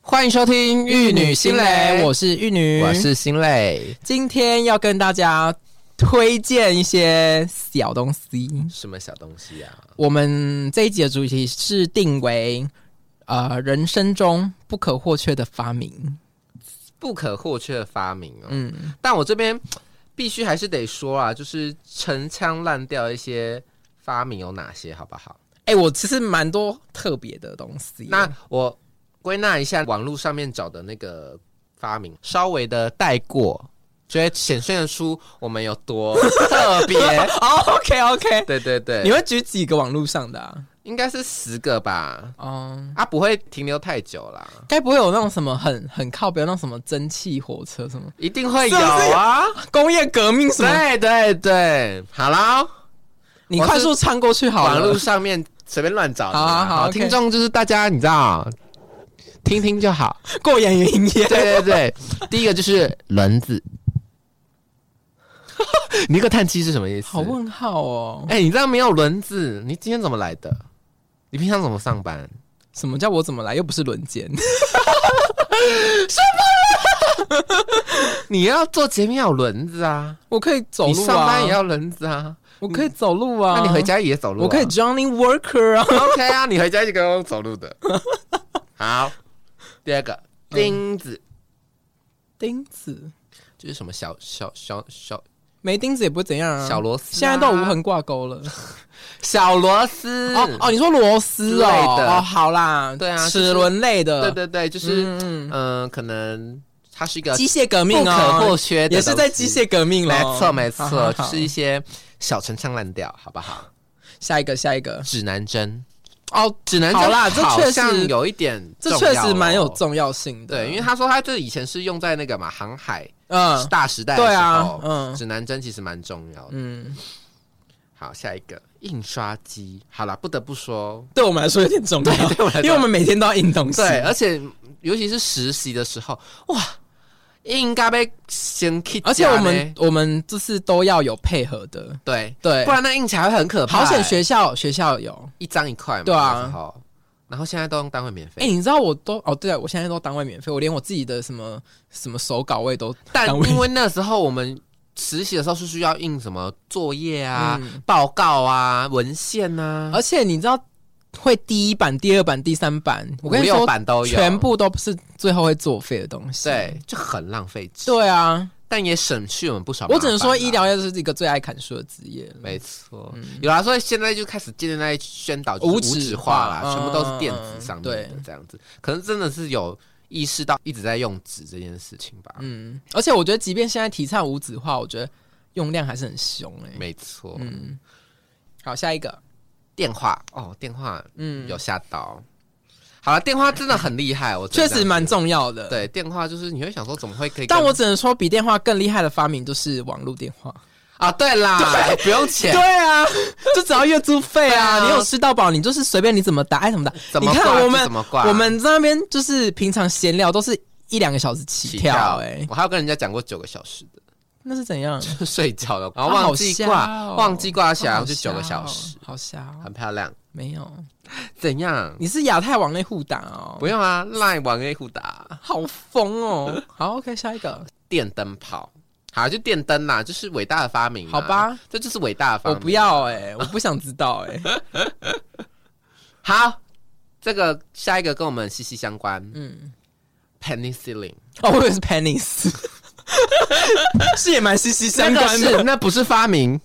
欢迎收听《玉女心蕾》，我是玉女，我是心累，今天要跟大家推荐一些小东西。什么小东西啊？我们这一集的主题是定为呃人生中不可或缺的发明。不可或缺的发明哦。嗯，但我这边必须还是得说啊，就是陈腔滥调一些发明有哪些，好不好？哎、我其实蛮多特别的东西。那我归纳一下网络上面找的那个发明，稍微的带过，就会显现出我们有多特别。哦，OK，OK、o k OK， 对对对，你会举几个网络上的啊？应该是十个吧？嗯，啊，不会停留太久啦，该不会有那种什么很很靠边，那种什么蒸汽火车什么一定会有啊。工业革命什么？对对对，好啦，你快速穿过去好了。网络上面随便乱找的啦。好啊好，OK 听众就是大家，你知道，听听 就好。过眼云烟。对对对，第一个就是轮子。 你那个叹气是什么意思？好问号哦，哎、你这样没有轮子，你今天怎么来的？你平常怎么上班？什么叫我怎么来？又不是轮奸， 你要做节目要有轮子啊，我可以走路你啊，上班也要轮子啊，我可以走路啊。那你回，家也走路、啊，我可以 Johnny Worker 啊。 OK 啊，你回家就给我走 路的。好，第二个嗯钉子，钉子，就是什么小小小小没钉子也不会怎样啊。小螺丝啊、现在都有无痕挂钩了。小螺丝哦哦，，你说螺丝之类哦？的哦，好啦，对啊就是齿轮类的，对对对，就是呃嗯嗯、呃可能它是一个机械革不命可或哦，缺的，也是在机。械革命了。没错，没好好错，就好是一些小陈腔滥调，好 不好？下一个，下一个。指南针，哦，指南针好啦这好确实像有一点重这要哦，确实蛮有重要性的。对，因为他说他这以前是用在那个嘛航海嗯大时代的对时啊候，，嗯指南针其实蛮重要的。嗯，好，下一个印刷机。好啦，不得不说，对我们来说有点重要，对我来说因为我们每天都要印东西。对，而且尤其是实习的时候，哇，应该被先 k 而且我们我们就是都要有配合的，对，对不，然那印起来会很可怕、好险欸学校学校有。一张一块嘛，对啊那时候，然后现在都用单位免哎、费，你知道我都哦，对啊，我现在都单位免费，我连我自己的什么什么手稿我也都但单位因为那时候我们实习的时候是需要印什么作业啊、嗯报告啊、文献啊，而且你知道会第一版、第二版、第三版，我跟你五六说，版都有，全部都不是最后会作废的东西。对，就很浪费纸，对啊，但也省去我们不少麻烦啊。我只能说医疗业是一个最爱砍树的职业了。没错，有啊啦，所以现在就开始渐渐在宣导就是无无纸纸化啦，化全部都是电嗯子上面的对这样子。可能真的是有意识到一直在用纸这件事情吧。嗯，而且我觉得，即便现在提倡无纸化，我觉得用量还是很凶哎、没错，嗯，好，下一个，电话哦，电话嗯，有吓到。好了，电话真的很厉害，我只确能这实样蛮讲。重要的。，对，电话就是你会想说怎么会可以跟？但我只能说，比电话更厉害的发明就是网络电话。啊，对啦，不用钱，对啊， 就只要月租费啊，对啊你有吃到饱，你就是随便你怎么打，哎爱怎么打。怎么你挂看就我们怎么挂，我们在那边就是平常闲聊都是一两个小时起起跳跳、哎，我还有跟人家讲过九个小时的，那是怎样？就 睡觉了，然后啊忘好记瞎挂，哦忘记挂起来，好然后就九个瞎小哦时，好瞎哦，很漂亮。没有，怎样？你是亚太网内互打哦，不用啊，赖网 A 互打好疯哦。好，OK，下一个，电灯泡，好，就电灯啦，就是伟大的发明、啊好吧，这就是伟大的发我明。不，要哎、我不想知道哎、好，这个下一个跟我们息息相关嗯， ，penicillin，哦，我以为是 penis，是也蛮息息相那关个的。是那不是 发明，哦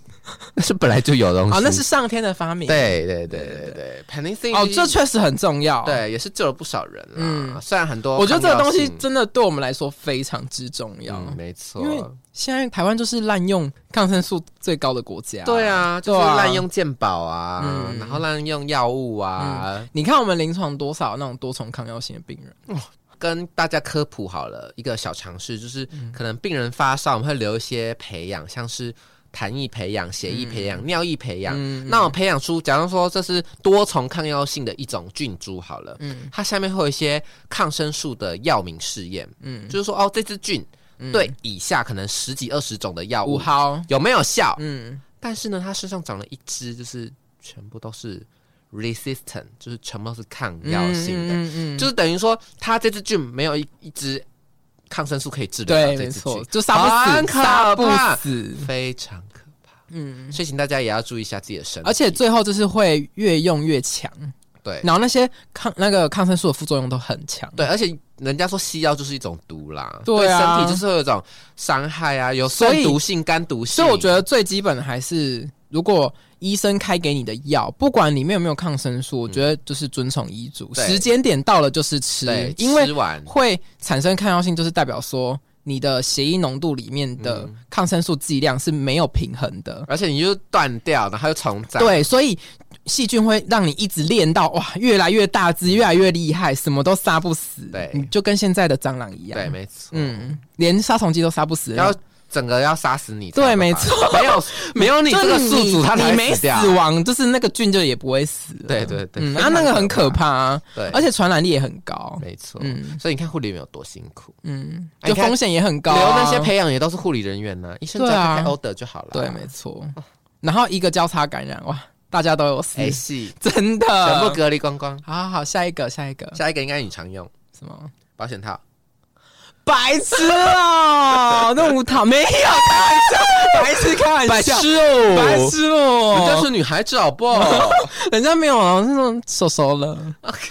那是本来就有的东西。好，那是上天的发明。，对对对对对，penicillin，哦，这确实很重要。，对也是救了不少人啦。嗯虽然很多，我觉得这个东西真的对我们来说非常之重要。嗯，没错，因为现在台湾就是滥用抗生素最高的国家。对，啊，就是对啊滥用健保啊，嗯然后滥用药物啊，你看我们临床多少那种多重抗药性的病人，跟大家科普好了一个小常识，就是嗯可能病人发烧，我们会留一些培养，像是痰液培养、血液培养、尿液培养。嗯那我培养出，假如说这是多重抗药性的一种菌株好了，嗯它下面会有一些抗生素的药名试验，嗯，就是说哦，这只菌嗯对以下可能十几二十种的药五物号，有没有效？嗯，但是呢，它身上长了一只，就是全部都是 resistant，就是全部都是抗药性的，嗯就是等于说它这支菌没有一一支抗生素可以治疗对，到这没支错菌，，就杀很不死，可杀不怕死，非常可怕。嗯。所以请大家也要注意一下自己的身体，而且最后就是会越用越强，对然后那些抗那个抗生素的副作用都很强。对，而且人家说西药就是一种毒啦，对啊身体就是会有一种伤害啊，有所以肾毒性、肝毒性。所以我觉得最基本的还是，如果医生开给你的药，不管里面有没有抗生素，我觉得就是遵从医嘱，嗯对时间点到了就是吃对，，因为吃完会产生抗药性，就是代表说你的血液浓度里面的嗯抗生素剂量是没有平衡的。而且你就断掉，然后又重长。对，所以细菌会让你一直练到哇，越来越大只，越来越厉害，什么都杀不死。对你就跟现在的蟑螂一样。对，没错。嗯，嗯，连杀虫剂都杀不死。要整个要杀死你才有对办法。没错没有没有你就这个是宿主，他才你会没死掉。死亡，就是那个菌就也不会死了。对对对嗯，非啊，常那个很可可怕怕啊，对，而且传染力也很高。没错。嗯所以你看护理员有多辛苦，嗯，哎就你看风险也很高留啊。那些培养也都是护理人员呐，医生只对要啊开 order 就好了。对，没错。然后一个交叉感染，哇，大家都有死，哎，是 真的。全部隔离光光。好好好，下一个，下一个，下一个应该你常用什么？保险套。白痴哦，那无糖没有开玩笑，白痴开玩哎笑，哦白痴哦，人家是女孩子好不 好？人家没有啊，那种手熟了，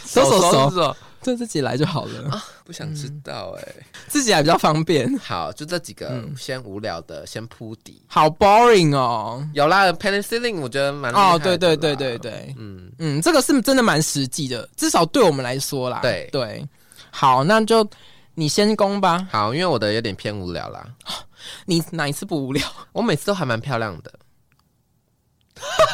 手手手是手就自己来就好了，不想知道哎、自己来比较方便。好，就这几个嗯先无聊的，先铺底。好 boring 哦，有啦，penicillin 我觉得蛮厉害的啦哦，对对对对，对，嗯，嗯，这个是真的蛮实际的，至少对我们来说啦。对对，好，那就你先攻吧。好，因为我的有点偏无聊啦，你哪一次不无聊？我每次都还蛮漂亮的，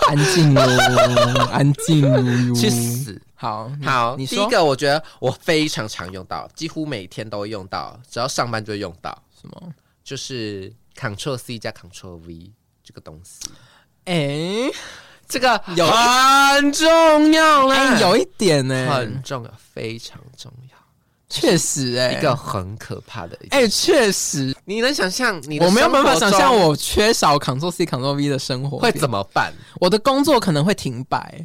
安静 哦，安静去死！好，你好，嗯你第说一个我觉得我非常常用到，几乎每天都会用到，只要上班就会用到，什么？就是 Ctrl C 加 Ctrl V 这个东西，哎、这个有很重要啦，哎、有一点呢、很重要，非常重要。确实哎、一个很可怕的一件哎，确、实，你能想象你的我没有办法想象生活我缺少 Ctrl C Ctrl V 的生活中会点怎么办？我的工作可能会停摆。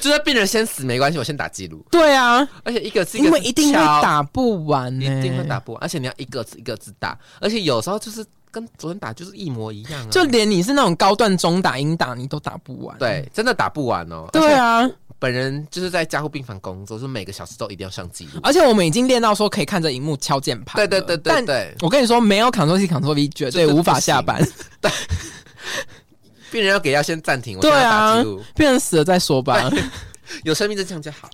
就是病人先死没关系，我先打记录，对啊，而且一个字因为个字一定会敲，打不完、哎一呢，定会打不完，而且你要一个字一个字打，而且有时候就是跟昨天打就是一模一样、啊，就连你是那种高段中打、英打，你都打不完。对，真的打不完哦。对而且啊，本人就是在加护病房工作，就是每个小时都一定要上记录。而且我们已经练到说可以看着荧幕敲键盘对了。对对对啊但对，我跟你说，没有 Ctrl C Ctrl V 绝对就是无法下 班，病人要给药先暂停，我对先啊要打记录，变成死了再说吧，有生命就这样就好。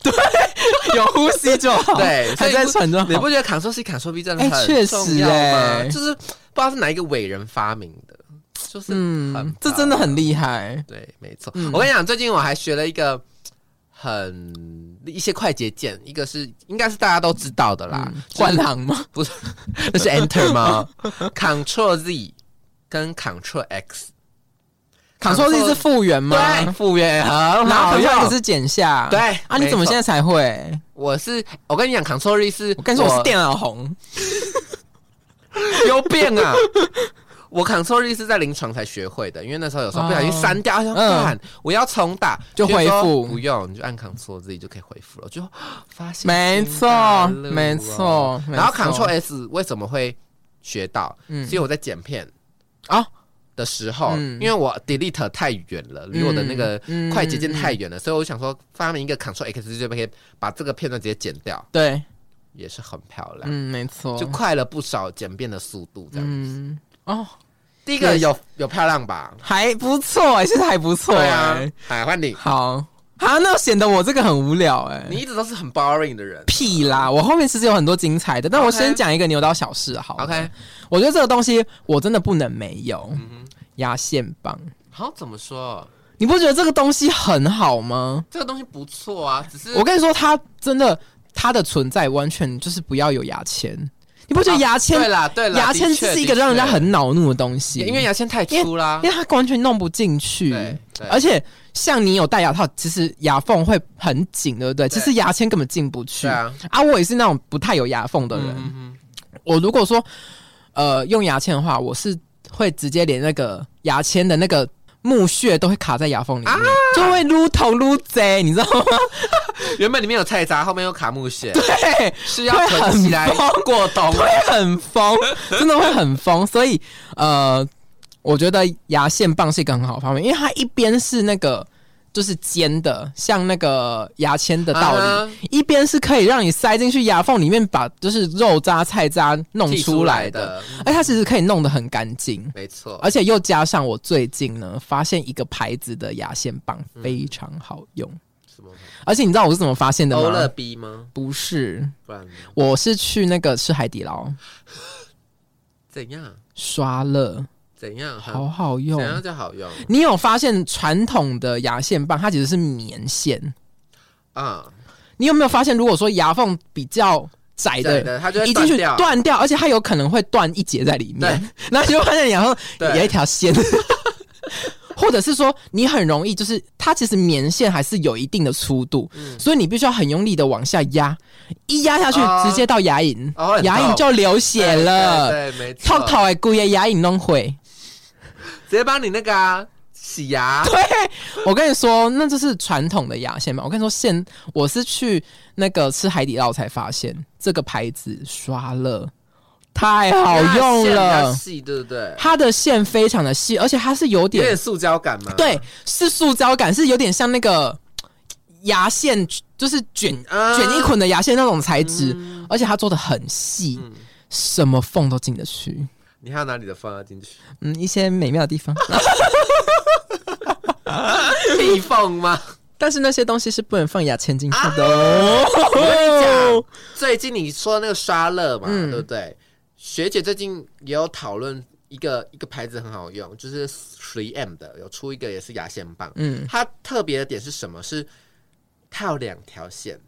有呼吸就 好。对，所啊还以在不喘就你好。不觉得 Ctrl C Ctrl V 真的哎确很实重要吗？哎就是不知道是哪一个伟人发明的，就是嗯很，这真的很厉害。对，没错。嗯我跟你讲，最近我还学了一个很一些快捷键，一个是应该是大家都知道的啦嗯，换换行吗？那是 Enter 吗？Ctrl Z 跟 Ctrl X， Ctrl C 是复原吗？对，复原很然后好 Ctrl 用 C。是剪下。对啊，你怎么现在在？才会？我是我跟你讲，Ctrl Z 是我跟你说，我是电脑红。 有病啊！我 Ctrl Z 是在临床才学会的，因为那时候有时候不小心删掉，想哦嗯看我要重打，就恢复就说不用，你就按 Ctrl Z 就可以恢复了。我就哦发现没新错，大陆哦没错。然后没错 Ctrl S 为什么会学到？嗯是因为我在剪片哦的时候，嗯因为我 delete 太远了，离我的那个嗯快捷键太嗯嗯远了，所以我想说发明一个 Ctrl X 就可以把这个片段直接剪掉，对，也是很漂亮，嗯，没错，就快了不少剪片的速度。这样，嗯，哦，第一个对有有漂亮吧？还不错哎、其实还不错对哎、啊，哎，换你，好，好，那显得我这个很无聊哎、你一直都是很 boring 的人。屁啦！我后面其实有很多精彩的，但 OK 我先讲一个牛刀小试好了 OK，我觉得这个东西我真的不能没有。压线棒，好，怎么说？你不觉得这个东西很好吗？这个东西不错啊，只是我跟你说，它真的，它的存在完全就是不要有牙签。你不觉得牙签、对啦啊对啦，牙签的确是一个让人家的确很恼怒的东西？因为牙签太粗啦因。为它完全弄不进去。对对而且像你有戴牙套，其实牙缝会很紧，对不对？对其实牙签根本进不去对啊，我也是那种不太有牙缝的人。嗯我如果说呃用牙签的话，我是会直接连那个牙签的那个木屑都会卡在牙缝里啊面，就会撸头撸贼，你知道 吗？原本里面有菜渣，后面又卡木屑，对，是要囤起来会很疯过冬。会很疯，真的会很疯。所以呃，我觉得牙线棒是一个很好的方面，因为它一边是那个就是尖的，像那个牙签的道理，啊 一边是可以让你塞进去牙缝里面，把就是肉渣、菜渣弄剔出出来来的。的，而它其实可以弄得很干净，没错。而且又加上我最近呢发现一个牌子的牙线棒非常好用，什么？而且你知道我是怎么发现的欧乐吗？ B 吗？哦不是，不然呢我是去那个吃海底捞怎样？刷乐，怎样？很好好用怎。样就好用你有发现传统的牙线棒它其实是棉线？啊？你有没有发现，如果说牙缝比较窄的，对的，它就会哎一进去断掉。断掉，而且它有可能会断一节在里 面，然后你就发现牙缝对有一条线。 或者是说，你很容易就是它其实棉线还是有一定的粗度，嗯所以你必须要很用力的往下压，一压下去、啊直接到牙龈，哦很牙龈痛就流血对了，对，对没臭错，头哎，故意牙龈弄毁。直接帮你那个啊洗 牙，我跟你说，那就是传统的牙线棒。我跟你说，现我是去那个吃海底捞才发现这个牌子刷了，太好用它的线比较了。细对不对？它的线非常的细，而且它是有有点点塑胶感吗？对，是塑胶感，是有点像那个牙线，就是卷啊，卷一捆的牙线那种材质，嗯而且它做的很细，嗯什么缝都进得去。你还有哪里的缝要进去？嗯，一些美妙的 地方，屁缝吗？但是那些东西是不能放牙签进去的 哦。我啊跟你最近你说那个刷乐嘛，嗯对不对？学姐最近也有讨论一个一个牌子很好用，就是 3M 的有出一个也是牙线棒，嗯，它特别的点是什么？是它有两条线，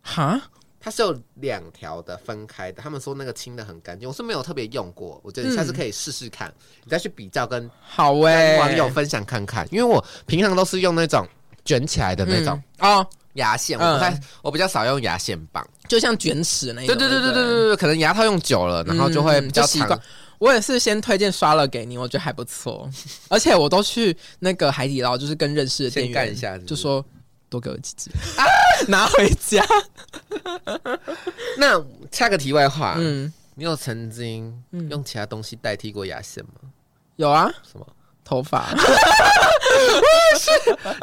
哈，它是有两条的分开的。他们说那个清的很干净，我是没有特别用过，我觉得你下次可以试试看，你再去比较跟好欸喂、跟网友分享看看，因为我平常都是用那种卷起来的那种嗯哦，牙线，嗯我不太我比较少用牙线棒。就像卷尺那一对种。对对对对对对，对，可能牙套用久了，然后就会比较嗯就习长。惯我也是先推荐刷了给你，我觉得还不 错，而且我都去那个海底捞，就是跟认识的店先干员一下是不是就说多给我几支、 拿回 家。那下个题外话，嗯，你有曾经用其他东西代替过牙线吗？有啊，什 么？头发，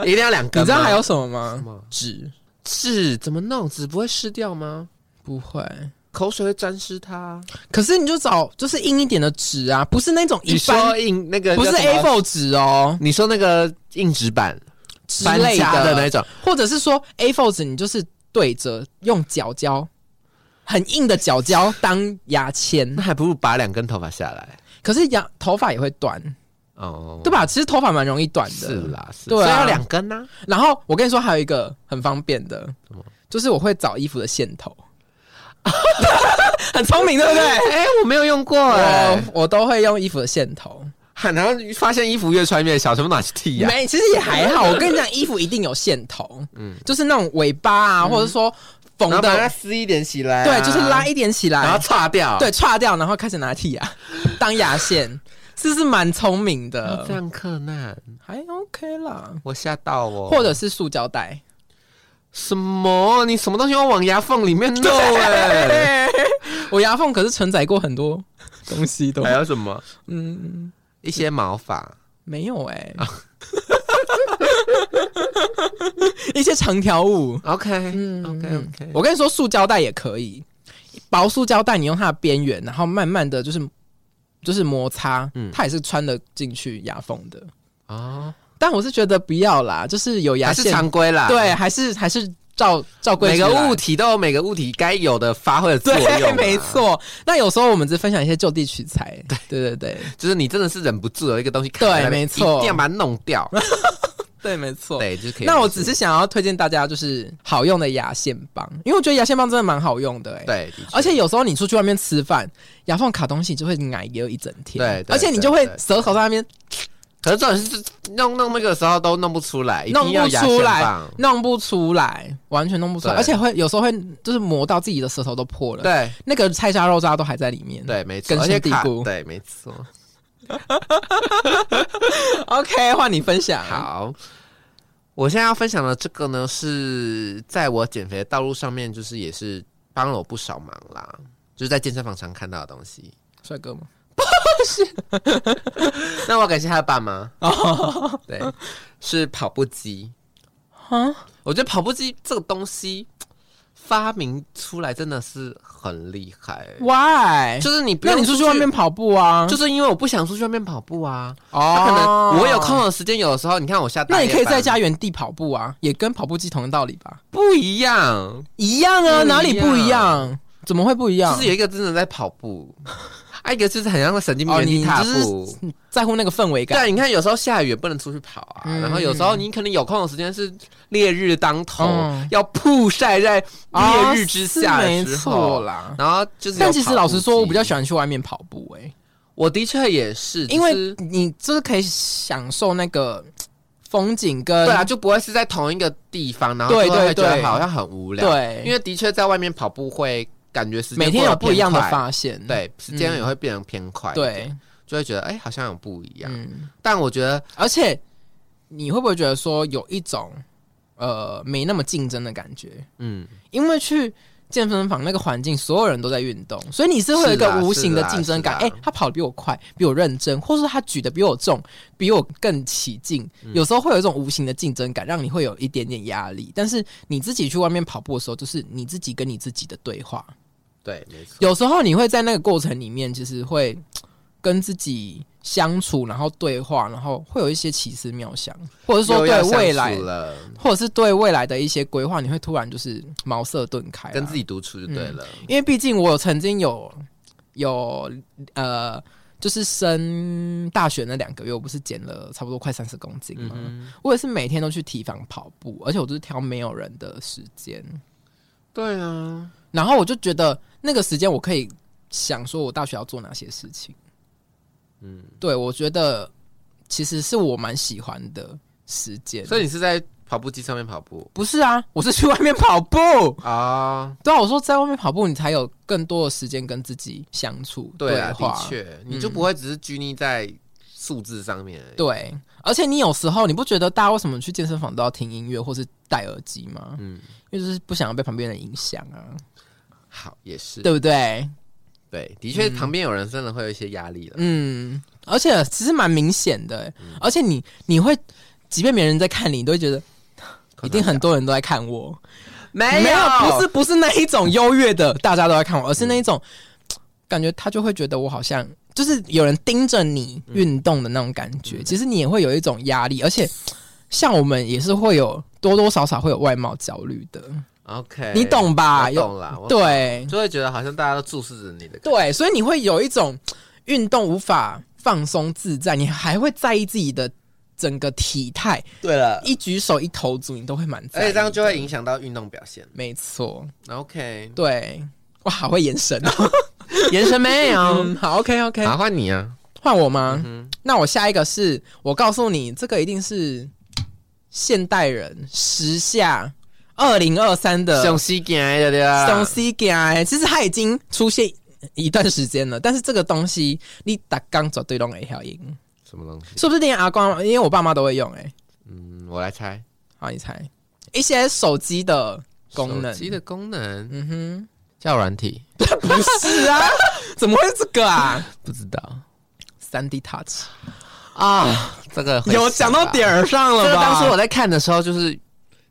一定要两根你吗？知道还有什么什吗？么纸纸怎么弄？纸不会湿掉吗？不会，口水会沾湿它。可是你就找就是硬一点的纸啊，不是那种一你般说，印那个不是叫什么 A4 纸哦你说那个硬纸板之搬类家的那种，或者是说 A4 纸，你就是对折用角胶，很硬的角胶当牙签那，还不如拔两根头发下来可是牙头发也会短，哦，对吧？其实头发蛮容易短的。是啦，是对啊所以要两根呢、然后我跟你说，还有一个很方便的什么，就是我会找衣服的线头， 很聪明，对不 哦对？哎、我没有用过哎、我我都会用衣服的线头，喊然后发现衣服越穿越小，全部拿去剃呀、没，其实也还好。我跟你讲，衣服一定有线头，嗯嗯，就是那种尾巴啊，或者说缝然后把它的，撕一点起来、啊对，就是拉，一点起来，然后擦掉，对，歘掉，然后开始拿剔牙当牙 线，是不是蛮聪明啊，的这？样克难，还 OK 啦，我吓到我。或者是塑胶袋，什么？你什么东西要往牙缝里面弄、哎，我牙缝可是承载过很多东西的还，有什么？嗯，一些毛发，没有哎、啊 一些长条物， OK，嗯 OK OK，我跟你说，塑胶袋也可以，薄塑胶袋你用它的边缘，然后慢慢的就是就是摩擦，嗯它也是穿得进去牙缝的。哦，但我是觉得不要啦，就是有牙还是线常规啦，对，，还是还是照照规每矩个来物体都有每个物体该有的发挥的作用、啊对， 没，错。那有时候我们只分享一些就地取材，对 对对对就是你真的是忍不住有一个东西卡对在那边，没错一定要把它弄掉，对，没错。对，就是可以。那我只是想要推荐大家就是好用的牙线棒，因为我觉得牙线棒真的蛮好用的、欸，。对，的确而且有时候你出去外面吃饭，牙缝卡东西，你就会奶油一整天。对对而且你对就会对舌头在那边可是这种是弄弄那个时候都弄不出来，一定弄要不牙出线来棒，，弄不出来，完全弄不出来，对而且会有时候会就是磨到自己的舌头都破了，对那个菜渣肉渣都还在里面。对，没错，根而深且蒂卡固对，没错。 OK，换你分享。好，我现在要分享的这个呢，是在我减肥的道路上面，就是也是帮了我不少忙啦，就是在健身房常看到的东 西。帅哥吗？那我感谢他的 爸妈，对，是跑步机。啊，我觉得跑步机这个东西发明出来真的是很厉害， ？Why？就是你不嗯那用你出去外面，跑步啊？就是因为我不想出去外面跑步啊。哦他可能我有空，的时间，有的时候你看我下大那你夜可以班在家原地跑步啊，也跟跑步机同道理吧？不一样，一样啊，不一样哪里不一样？怎么会不一就样是？有一个真的在跑 步，啊，一个就是很像神经病哦，原你地踏就步。是在乎那个氛围感。对，你看有时候下雨也不能出去跑啊，嗯然后有时候你可能有空的时间是烈日当头，嗯要曝晒在烈日之下哦是的没时错候，啦。然后就是。但其实老实说，我比较喜，欢去外面跑步、欸，我的确也是，因只为是你就是可以享受那个嘖风景跟对啊，就不会是在同一个地方，然后对就会对觉得对好像很无聊。对啊因为的确在外面跑步会感觉时间每天过得有不一样的偏快，发现，对，时间也会变得偏快，对，，就会觉得哎、好像有不一样。嗯，但我觉得而且你会不会觉得说有一种呃没那么竞争的感觉？嗯，因为去健身房那个环境，所有人都在运动，所以你是会有一是啦个无形的是啦竞争感。是哎、啦他跑得比我快，比我认真，或是他举得比我重，比我更起劲。嗯有时候会有一种无形的竞争感，让你会有一点点压力。但是你自己去外面跑步的时候，就是你自己跟你自己的对话。对，没错，有时候你会在那个过程里面，其实会跟自己相处，然后对话，然后会有一些奇思妙想，或者是说又对要相未处来，了，或者是对未来的一些规划，你会突然就是茅塞顿开啦。跟自己独处就对了。因为毕竟我有曾经有有呃，就是升大学那两个月，我不是减了差不多快三十公斤嗯吗？哼，我也是每天都去体房跑步，而且我就是挑没有人的时间，对啊，然后我就觉得那个时间我可以想说我大学要做哪些事情。嗯，对我觉得其实是我蛮喜欢的时间，所以你是在跑步机上面跑步不是啊，我是去外面跑步。啊？对啊，我说在外面跑步，你才有更多的时间跟自己相处对啊，话。嗯的确，你就不会只是拘泥在数字上面而已。对，而且你有时候你不觉得大家为什么去健身房都要听音乐或是戴耳机吗？嗯，因为就是不想要被旁边人影响啊，好，也是对不对？对，的确，旁边有人真的会有一些压力了。嗯，而且其实蛮明显的欸、而且你你会，即便没人在看你，你都会觉得一定啊很多人都在看我。没有，有，不是不是那一种优越的，大家都在看我，而是那一种、感觉，他就会觉得我好像就是有人盯着你运动的那种感嗯觉。其实你也会有一种压力，而且像我们也是会有多多少少会有外貌焦虑的， OK，你懂吧？哎我有懂啦，我懂，对就会觉得好像大家都注视着你的感觉。对，所以你会有一种运动无法放松自在，你还会在意自己的。整个体态，对了，一举手一投足，你都会蛮在意。而哎且这样就会，影响到运动表现。没错， OK，对，哇，好会延伸哦。 延伸没有 嗯，？好，OK OK，麻烦你啊，换我吗？那我下一个是我告诉你，这个一定是现代人时下二零二三的上西行的对啊，东西感。其实它已经出现一段时间了，但是这个东西你打刚走对龙 A 效应，什么东西？是不是连阿光？因为我爸妈都会用哎、欸嗯，我来猜。好，你猜一些手机的功能手？机的功能，嗯哼，叫软体，不是啊，怎么会是这个啊？不知道三 D Touch 啊， 这个会有想讲到吧。点儿上这了个吧？当时我在看的时候，就是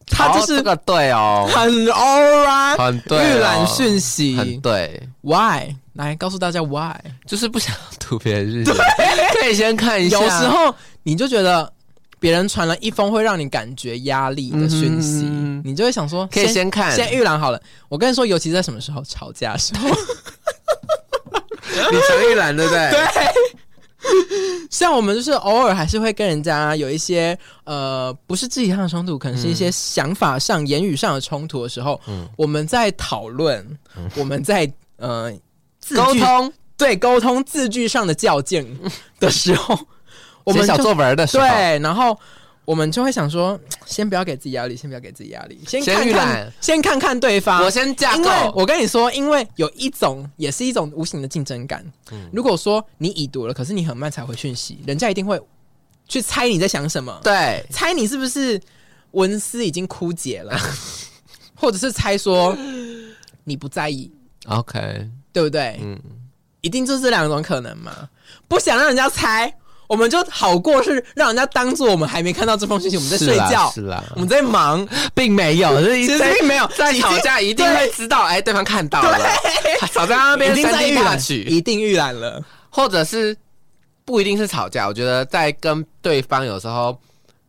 它就哦是这个对哦，很 all right。很对哦，预览讯很息对， ，why？来告诉大家 why？就是不想读别人日记，可以先看一下。有时候你就觉得别人传了一封会让你感觉压力的讯息，嗯哼你就会想说，可以先看，先预览好了。我跟你说，尤其在什么时候吵架的 时候，你常预览对不对？对，像我们就是偶尔还是会跟人家有一些呃，不是肢体上的冲突，可能是一些想法上、言语上的冲突的时候，嗯我们在讨论，我们在呃字沟句通，对沟通字句上的较劲的时候，我们 写小就作文的时候，对，然后我们就会想说，先不要给自己压力，先不要给自己压力，先先看预看览，先看看对方。我先架啊因为构，我跟你说，因为有一种也是一种无形的竞争感。嗯如果说你已读了，可是你很慢才回讯息，人家一定会去猜你在想什么，对，猜你是不是文思已经枯竭 了，或者是猜说你不在意， OK，对不对？嗯，一定就这两种可能嘛。不想让人家猜，我们就好过是让人家当做我们还没看到这封信息，我们在睡觉，是啦，我们在 忙，并没有，就是其实并没有在吵架一定会知道，哎，对方看到了，吵架那已边经三在 D 预大览，曲，一定预览了。或者是不一定是吵架，我觉得在跟对方有时候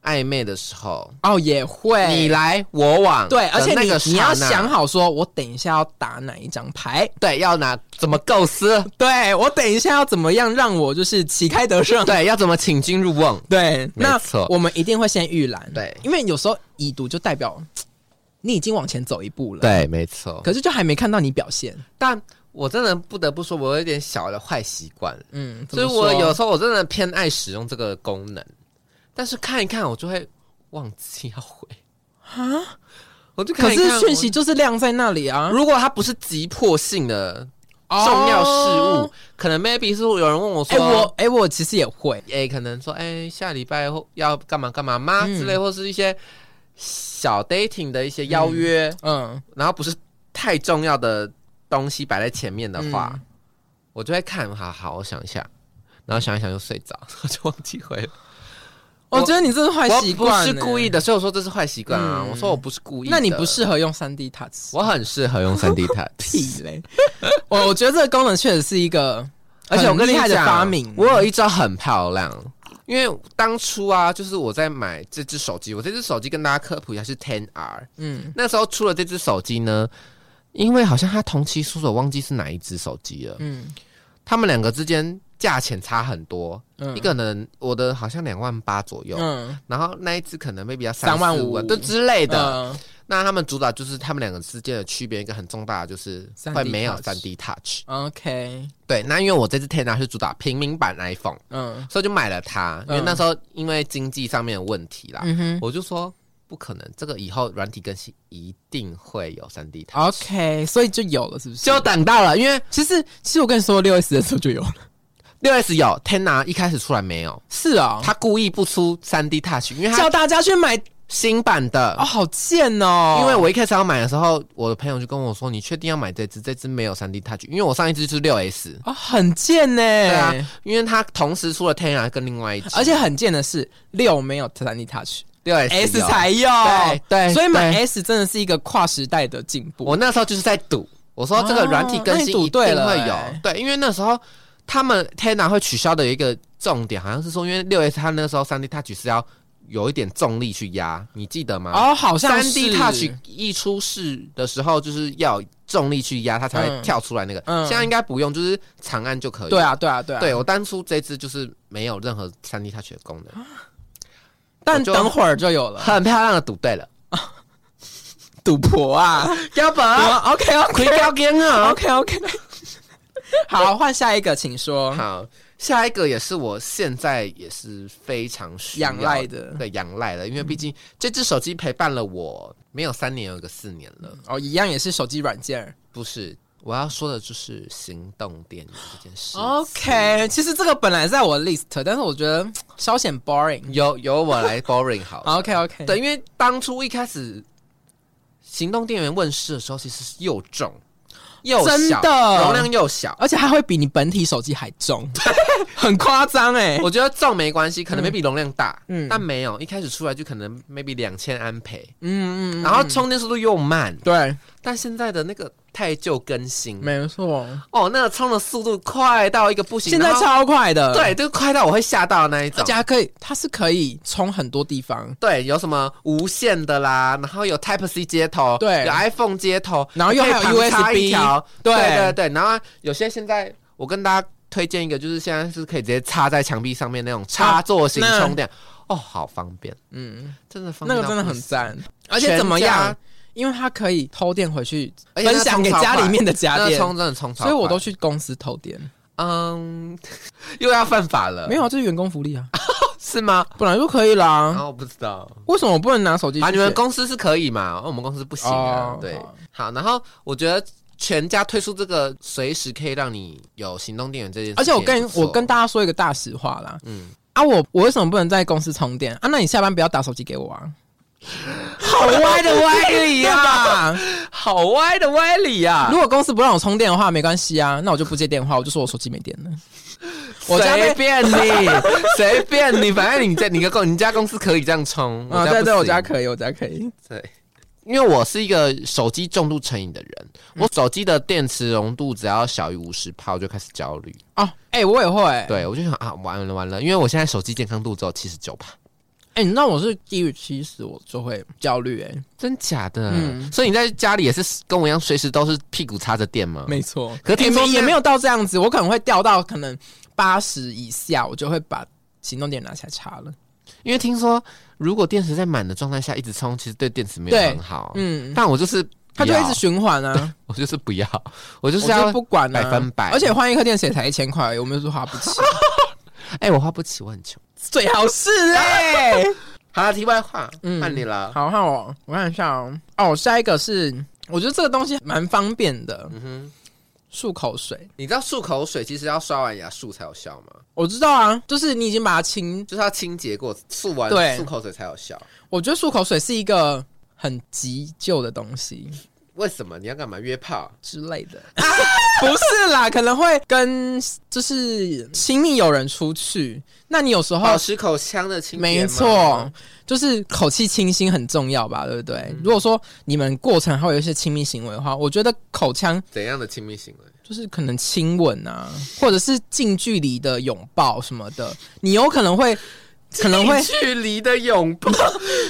暧昧的时候，哦，也会你来我往，对，而且那个你你要刹那想好说，我等一下要打哪一张牌，对，要拿怎么构 思，对我等一下要怎么样让我就是旗开得胜。对，要怎么请君入瓮，对，没那错我们一定会先预览，对因为有时候已读就代表你已经往前走一步了，，对，没错。可是就还没看到你表现，但我真的不得不说，我有一点小的坏习惯，嗯，所以怎么我说有时候我真的偏爱使用这个功能，但是看一看我就会忘记要回啊，我就可看一看是讯息。就是晾在那里啊我，如果它不是急迫性的哦重要事哦物。，可能 maybe 是有人问我哎、说，我哎、我其实也会，哎、可能说，哎、下礼拜后要干嘛干嘛吗、嗯之类，或是一些小 dating 的一些邀约，嗯，然后不是太重要的东西摆在前面的话，嗯我就会看，好好，我想一下，然后想一想就睡着， 我就忘记回了。我我觉得你这是坏我习不惯、是故意的，的，所以我说这是坏习惯啊、嗯我说我不是故意的，那你不适，合用三 D touch，我很适合用三 D 台。 屁嘞，我我觉得这个功能确实是一个，而且我跟很厉害的讲发明，我有一招很漂亮，因为当初啊，就是我在买这只手机，我这只手机跟大家科普一下是 Ten R，嗯那时候出了这只手机呢，因为好像它同期出手，忘记是哪一只手机了，嗯他们两个之间价钱差很多，嗯一个呢，我的好像两万八左右。嗯然后那一只可能 maybe 要三万五五对之类的，嗯那他们主打就是他们两个之间的区别，一个很重大的就是 3D 会没有 touch 三 D touch。嗯 OK，对，那因为我这只 Ten R 是主打平民版 iPhone，嗯所以就买了它。因为嗯那时候因为经济上面的问题啦，嗯哼我就说不可能，这个以后软体更新一定会有三 D touch，、哦，OK，所以就有了，是不是？就等到了，因为其实其实我跟你说，六 S 的时候就有了，六 S 有 Ten R 一开始出来没有，是啊、他故意不出三 D touch，因为叫他大家去买新版的哦，。好贱哦，因为我一开始要买的时候，我的朋友就跟我说：“你确定要买这只？这只没有三 D touch，因为我上一只是六 S，啊、很贱呢、对啊，因为它同时出了 Ten R 跟另外一只，而且很贱的是，六没有三 D Touch，S 六 S 有才有。对对，所以买对 S 真的是一个跨时代的进步。我那时候就是在赌，我说这个软体更哦那新你一赌对定了会有，欸对，因为那时候他们 Ten R 会取消的一个重点，好像是说因为六 S 它那时候三 D touch 是要有一点重力去压，你记得吗？哦，好像三是 D Touch 一出世的时候，就是要重力去压它才会嗯跳出来那个。嗯现在应该不用，就是长按就可以。对，啊，对啊，对啊。对，我当初这只就是没有任何三 D Touch 的功能，但我就等会儿就有了。很漂亮的赌对了，赌博啊，要不然 OK OK 亏 掉game 啊！ OK OK。好，换下一个，请说。好，下一个也是我现在也是非常需要仰赖的对仰赖的，因为毕竟这只手机陪伴了我没有三年，有个四年了。哦，一样也是手机软件儿。不是，我要说的就是行动电源这件事情。 OK，其实这个本来在我的 list，但是我觉得嗯稍显 boring。由由我来 boring 好了 OK OK，对，因为当初一开始行动电源问世的时候，其实是又重又小，真的容量又小。而且它会比你本体手机还重， 很夸张哎。我觉得重没关系，可能 maybe 容量大，嗯但没有一开始出来就可能 maybe 两千安培，嗯嗯嗯，然后充电速度又慢，对，但现在的那个太旧更新，没错，哦，那个充的速度快到一个不行，现在然后超快的，，对，就快到我会吓到的那一而种且。它可以，它是可以充很多地方，对，有什么无线的啦，然后有 Type C 接头，对有 iPhone 接头，然啊后又可以还有旁插一 USB 条对对对对，然后有些现在我跟大家推荐一个，就是现在是可以直接插在墙壁上面那种插座型那充电，哦，好方便，嗯，真的方那便，个真的很，赞，而且怎么样？？因为它可以偷电回去而且那分个享充给超家快里面的家那个电，充真的充所超快，以我都去公司偷电，嗯，又要犯法了， 没有，啊，这是员工福利啊，是吗？本来就可以啊，啦，我不知道。为什么我不能拿手机去写？啊，你们公司是可以嘛？哦我们公司不行哦啊。对好，好。然后我觉得全家推出这个，随时可以让你有行动电源这件事。而且我跟我跟，大家说一个大实话啦，嗯，啊我，我为什么不能在公司充电啊？那你下班不要打手机给我 啊！好歪的歪理啊！ 好歪的歪理啊！如果公司不让我充电的话，没关系啊，那我就不接电话，我就说我手机没电了。我家随被便你， 随便你，反正你在你个公你家公司可以这样充，啊，家对不对，我行家可以，我家可以。对，因为我是一个手机重度成瘾的人，嗯我手机的电池浓度只要小于五十帕，我就开始焦虑。哦，哎、我也会、哎、对，我就想啊，完了完了，因为我现在手机健康度只有七十九帕，哎你知道我是低于七十，我就会焦虑、哎，真假的？嗯所以你在家里也是跟我一样，随时都是屁股插着电吗？没错。可听 也说没那也没有到这样子，我可能会掉到可能八十以下，我就会把行动电源拿起来插了。因为听说如果电池在满的状态下一直充，其实对电池没有对很好。嗯，但我就是它就会一直不要循环啊。我就是不要，我就是我要 就不管了、啊百分百而且换一颗电池也才一千块而已，我们是花不起，哎、我花不起，我很穷。 最好是哎、 好了，题外话，嗯换你了。好，看我，我看一下哦。哦，下一个是，我觉得这个东西蛮方便的，嗯哼。漱口水。你知道漱口水其实要刷完牙漱才有效吗？我知道啊，就是你已经把它清。就是要清洁过，漱完对漱口水才有效。我觉得漱口水是一个很急救的东西为什么？你要干嘛？约炮？之类 的，不是啦，可能会跟就是亲密友人出去，那你有时候保持口腔的哦清洁吗没错，，就是口气清新很重要吧，对不对？嗯如果说你们过程还会有一些亲密行为的话，我觉得口腔怎样的亲密行为？就是可能亲吻啊，或者是近距离的拥抱什么的，你有可能 会可能会近距离的拥 抱，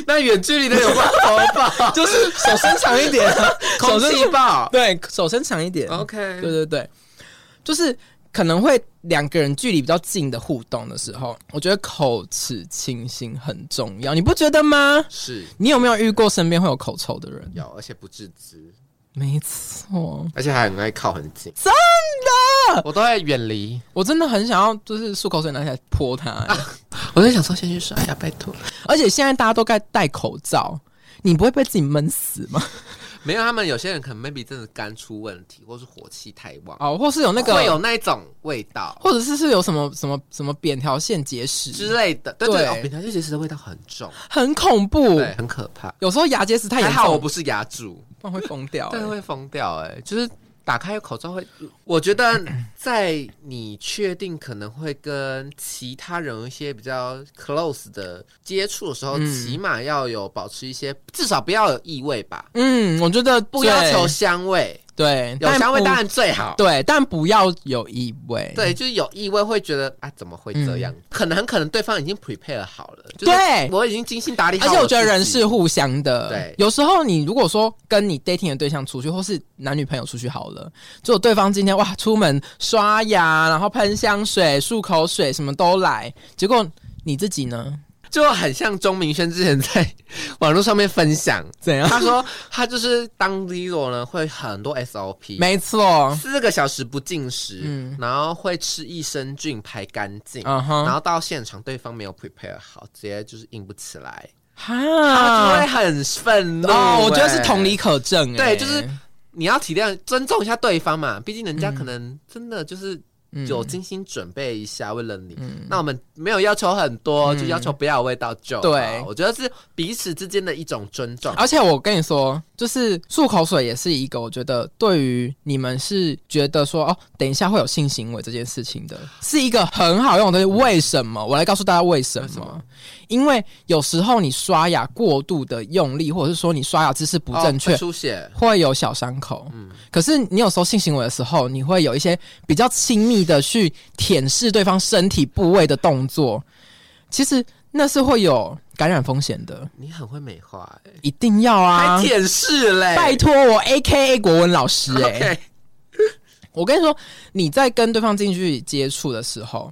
那远距离的拥抱好吧？就是手伸长一点、啊，手 空伸气 抱。对手伸长一点 OK，对对对，就是可能会两个人距离比较近的互动的时候，我觉得口齿清新很重要，你不觉得吗？是你有没有遇过身边会有口臭的人？有，而且不自知，没错，而且还很爱靠很近，真的，我都在远离。我真的很想要，就是漱口水拿起来泼它、 欸我在想说先去哎刷牙，拜托。而且现在大家都该戴口罩，你不会被自己闷死吗？没有，他们有些人可能 maybe 真的肝出问题，或是火气太旺，哦，或是有那会有个，那一种味道。或者是是有什么什么什么扁桃腺结之石，类的，对对，对哦扁桃腺结石的味道很重，很恐怖。对，很可怕。有时候牙结石太还严好我重，不是牙蛀，不然会疯掉、欸对，会疯掉哎、就是打开口罩会，我 觉得在你确定可能会跟其他人有一些比较 close 的接触的时候，嗯起码要有保持一些，至少不要有异味吧，嗯，我觉得不不要求香味，对，有但香味不当然最好。对，但不要有异味。对，就是有异味会觉得啊，怎么会这样？可能很可能对方已经 prepare 好了，就是嗯对我已经精心打理好而自且己。我觉得人是互相的，对有时候你如果说跟你 dating 的对象出去，或是男女朋友出去好了，就对方今天哇出门刷牙，然后喷香水、漱口水，什么都来，结果你自己呢？就很像钟明轩之前在网络上面 分享，怎样？他说他就是当 zero 呢，会很多 SOP，没错，四个小时不进食，嗯然后会吃益生菌排干净。嗯然哼，后到现场，对方没有 prepare 好，直接就是硬不起来，他就哈会，很愤怒、啊哦，我觉得欸是同理可证、欸，对就是你要体谅、尊重一下对方嘛，毕竟人家可能真的就是嗯有精心准备一下，为了你。嗯那我们没有要求很多，嗯就要求不要有味道就好。对啊我觉得是彼此之间的一种尊重。而且我跟你说，就是漱口水也是一个，我觉得对于你们是觉得说哦，等一下会有性行为这件事情的，是一个很好用的东西。为什么？我来告诉大家为什么。为什么因为有时候你刷牙过度的用力，或者是说你刷牙姿势不正确。哦会出血。会有小伤口，嗯可是你有时候性行为的时候，你会有一些比较亲密的去舔舐对方身体部位的动作，其实那是会有感染风险的，你很会美化、欸，一定要啊！还舔舐嘞，拜托我 A K A 国文老师哎、 OK，我跟你说，你在跟对方近距离接触的时候，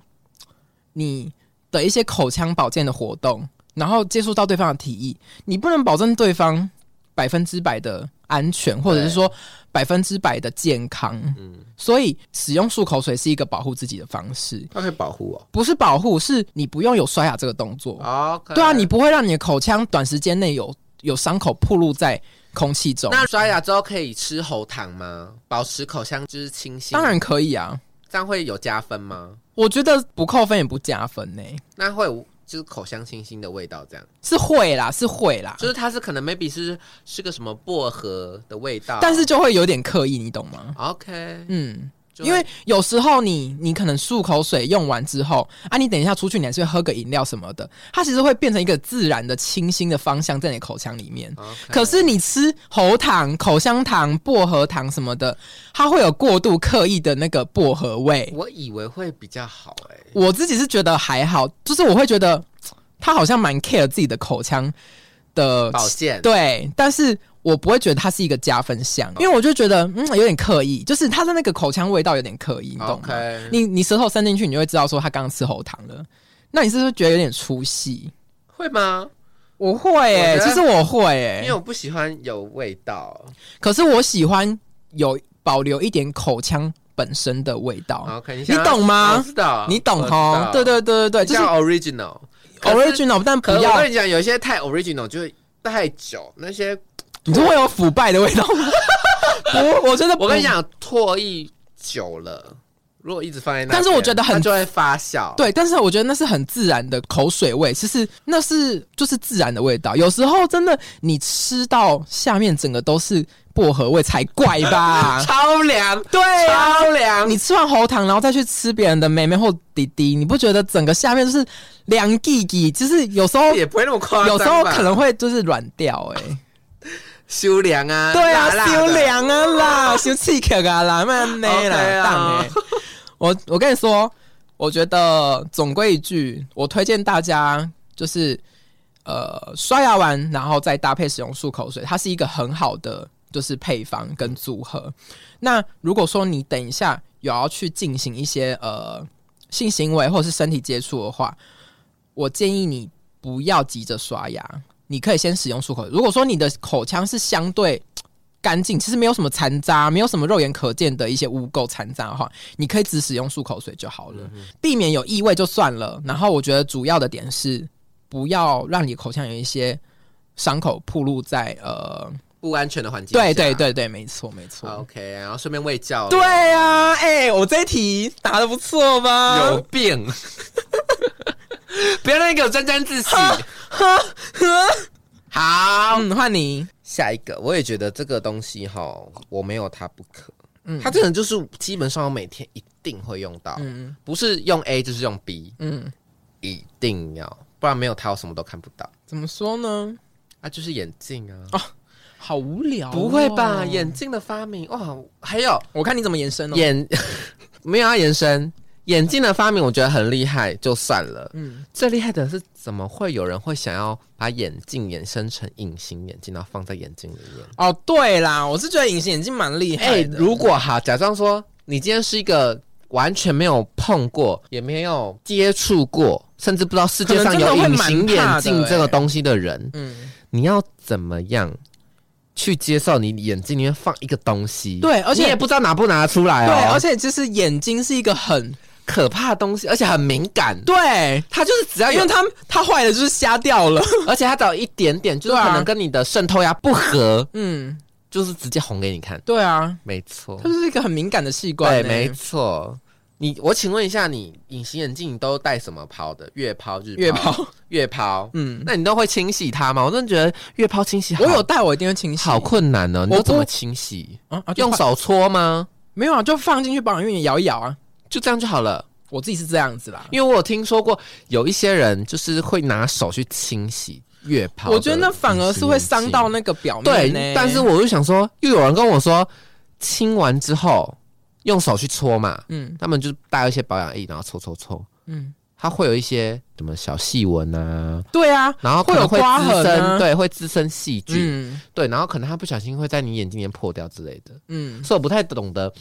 你的一些口腔保健的活动，然后接触到对方的体液，你不能保证对方百分之百的安全，或者是说百分之百的健康。嗯，所以使用漱口水是一个保护自己的方式，它可以保护不是保护，是你不用有刷牙这个动作。哦。OK，对啊，你不会让你的口腔短时间内有有伤口暴露在空气中。那刷牙之后可以吃喉糖吗？保持口腔就是清新，当然可以啊，这样会有加分吗？我觉得不扣分也不加分呢、那会有就是口腔清新的味道，这样是会啦，是会啦，就是它是可能 maybe 是是个什么薄荷的味道，但是就会有点刻意，你懂吗？ OK，嗯，就因为有时候你你可能漱口水用完之后啊，你等一下出去，你还是会喝个饮料什么的，它其实会变成一个自然的清新的方向在你口腔里面。 OK 可是你吃喉糖、口香糖、薄荷糖什么的，它会有过度刻意的那个薄荷味。我以为会比较好哎、我自己是觉得还好，就是我会觉得他好像蛮 care 自己的口腔的保健对，但是我不会觉得它是一个加分项，因为我就觉得嗯有点刻意，就是它的那个口腔味道有点刻意，你懂吗啊 OK，你你舌头伸进去，你就会知道说他刚刚吃喉糖了。那你是不是觉得有点出戏？会吗？我会、欸，我觉得其实我会、因欸为，我不喜欢有味道。可是我喜欢有保留一点口腔本身的味道， OK，你哦你想要懂吗我知道，你懂啊我知吼道？对对对对对，就比是较 original。可是 original，但不可是我要跟你讲，有一些太 original 就是太久，那些你就会有腐败的味道 吗？不，我觉得不我跟你，讲，唾液久了，如果一直放在那边，但是我觉得很它就会发酵。，对，但是我觉得那是很自然的口水味，其实那是就是自然的味道。有时候真的你吃到下面整个都是薄荷味才怪 吧？超凉，啊对啊，超凉。你吃完喉糖，然后再去吃别人的妹妹或弟弟，你不觉得整个下面就是凉弟弟？就是有时候也不会那么夸张有吧，时候可能会就是软掉哎、欸修凉啊，对啊辣，辣的修凉啊 啦，修气壳啊啦，慢内 OK 啦，啊当哎、我我跟你说，我觉得总归一句，我推荐大家就是呃刷牙完，然后再搭配使用漱口水，它是一个很好的就是配方跟组合。那如果说你等一下有要去进行一些呃性行为或者是身体接触的话，我建议你不要急着刷牙，你可以先使用漱口水。如果说你的口腔是相对干净，其实没有什么残渣，没有什么肉眼可见的一些污垢残渣的话，你可以只使用漱口水就好了，嗯避免有异味就算了。然后我觉得主要的点是，不要让你口腔有一些伤口暴露在呃，不安全的环境下。对对对对，没错没错。 ，OK，然后顺便喂教。对啊，哎、我这一题答的不错哦吧？有病！不要让你给我沾沾自喜。好，嗯，换你。下一个，我也觉得这个东西哈，我没有它不可。嗯，它这个就是基本上我每天一定会用到，嗯不是用 A 就是用 B，嗯，一定要，不然没有它我什么都看不到。怎么说呢？啊，就是眼镜啊，好无聊哦、不会吧？眼镜的发明哇，还有我看你怎么延伸哦。眼 没有要延伸。眼镜的发明我觉得很厉害，就算了。嗯，最厉害的是，怎么会有人会想要把眼镜延伸成隐形眼镜，然后放在眼镜里面？哦，对啦，我是觉得隐形眼镜蛮厉哎、害的。如果哈，假装说你今天是一个完全没有碰过，也没有接触过，甚至不知道世界上有隐形眼镜这个东西的人，嗯， 你要怎么样去接受你眼镜里面放一个东西？对而且你也不知道拿不拿得出来对，哦。而且就是眼睛是一个很可怕的东西，而且很敏感。对，它就是只要因有为它它坏了就是瞎掉 了。而且它只要一点点，就是对啊可能跟你的渗透压不合，嗯，就是直接红给你看。对啊，没错它，就是一个很敏感的器官、 欸。对，没错。你我请问一下，你隐形眼镜你都戴什么抛的？月抛、日月抛、抛。月抛。嗯，那你都会清洗它吗？我真的觉得月抛清洗好我有戴，我一定会清洗。好困难哦。你我都不怎么清洗？啊啊，就用放手搓吗？没有啊，就放进去保养用摇一摇啊。就这样就好了。我自己是这样子啦。因为我有听说过有一些人就是会拿手去清洗月抛的我隐觉形得眼镜，那反而是会伤到那个表面、对欸。，但是我就想说，又有人跟我说，清完之后用手去搓嘛，嗯他们就带一些保养液，然后搓搓搓，嗯，它会有一些什么小细纹啊，对啊，然后可会有能会刮滋痕生，啊对，会滋生细菌，嗯对，然后可能它不小心会在你眼睛里面破掉之类的，嗯，所以我不太懂得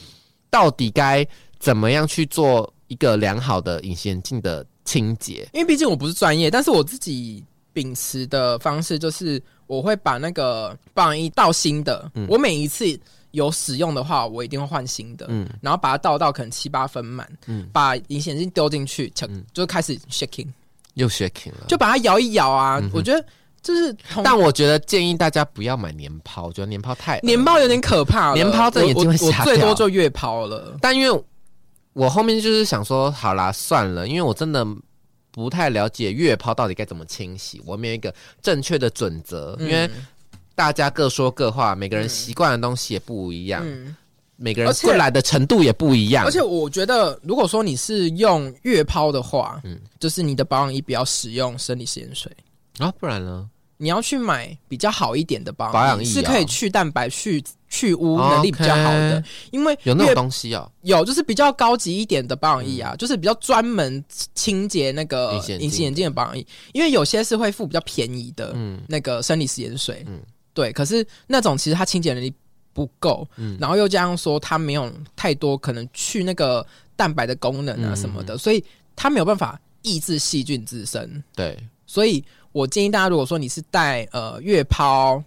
到底该怎么样去做一个良好的隐形眼镜的清洁。因为毕竟我不是专业，但是我自己秉持的方式就是，我会把那个保养液倒新的，嗯我每一次有使用的话，我一定会换新的，嗯然后把它倒到可能七八分满，嗯，把隐形眼镜丢进去，就嗯就开始 shaking，又 shaking 了。就把它摇一摇啊。嗯哼我觉得就是同但我觉得建议大家不要买年抛，我觉得年抛太恶年抛有点可怕了，年抛这我眼睛会我我瞎最掉多就月抛了。但因为我后面就是想说，好啦，算了，因为我真的不太了解月抛到底该怎么清洗，我没有一个正确的准则，因为嗯大家各说各话，每个人习惯的东西也不一样，嗯，每个人而且过来的程度也不一样，而且我觉得，如果说你是用月抛的话，嗯就是你的保养液不要使用生理食盐水，啊，不然呢？你要去买比较好一点的保保养养液，液是啊哦可以去蛋白、去去污能力比较好的 OK 因为有那种月东西哦，有就是比较高级一点的保养液啊，就是比较专门清洁那个隐形眼镜隐形眼镜的保养液，因为有些是会付比较便宜的嗯那个生理食盐水，嗯对，可是那种其实它清洁能力不够，嗯，然后又加上说它没有太多可能去那个蛋白的功能啊嗯什么的，所以它没有办法抑制细菌滋生。对，所以我建议大家，如果说你是带呃月抛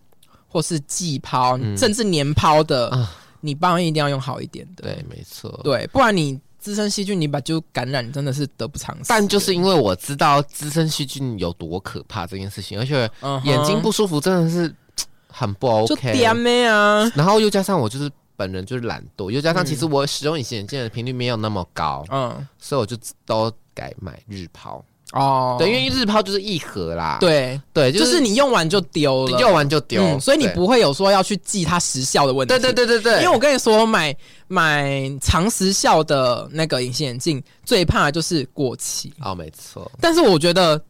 或是季抛，嗯甚至年抛的，啊你保养一定要用好一点的，对，没错，对，不然你滋生细菌，你把就感染，真的是得不偿失。但就是因为我知道滋生细菌有多可怕这件事情，而且嗯哼眼睛不舒服真的是嘖很不就 OK，点妹啊，然后又加上我就是本人就是懒惰，又加上嗯其实我使用隐形眼镜的频率没有那么高，嗯所以我就都改买日抛。哦，对，因为日抛就是一盒啦。对，对，就是是你用完就丢了，用完就丢、嗯所以你对不会有说要去记它时效的问题。对对对对对，因为我跟你说，买买长时效的那个隐形眼镜，最怕的就是过期。哦，没错，但是我觉得嘖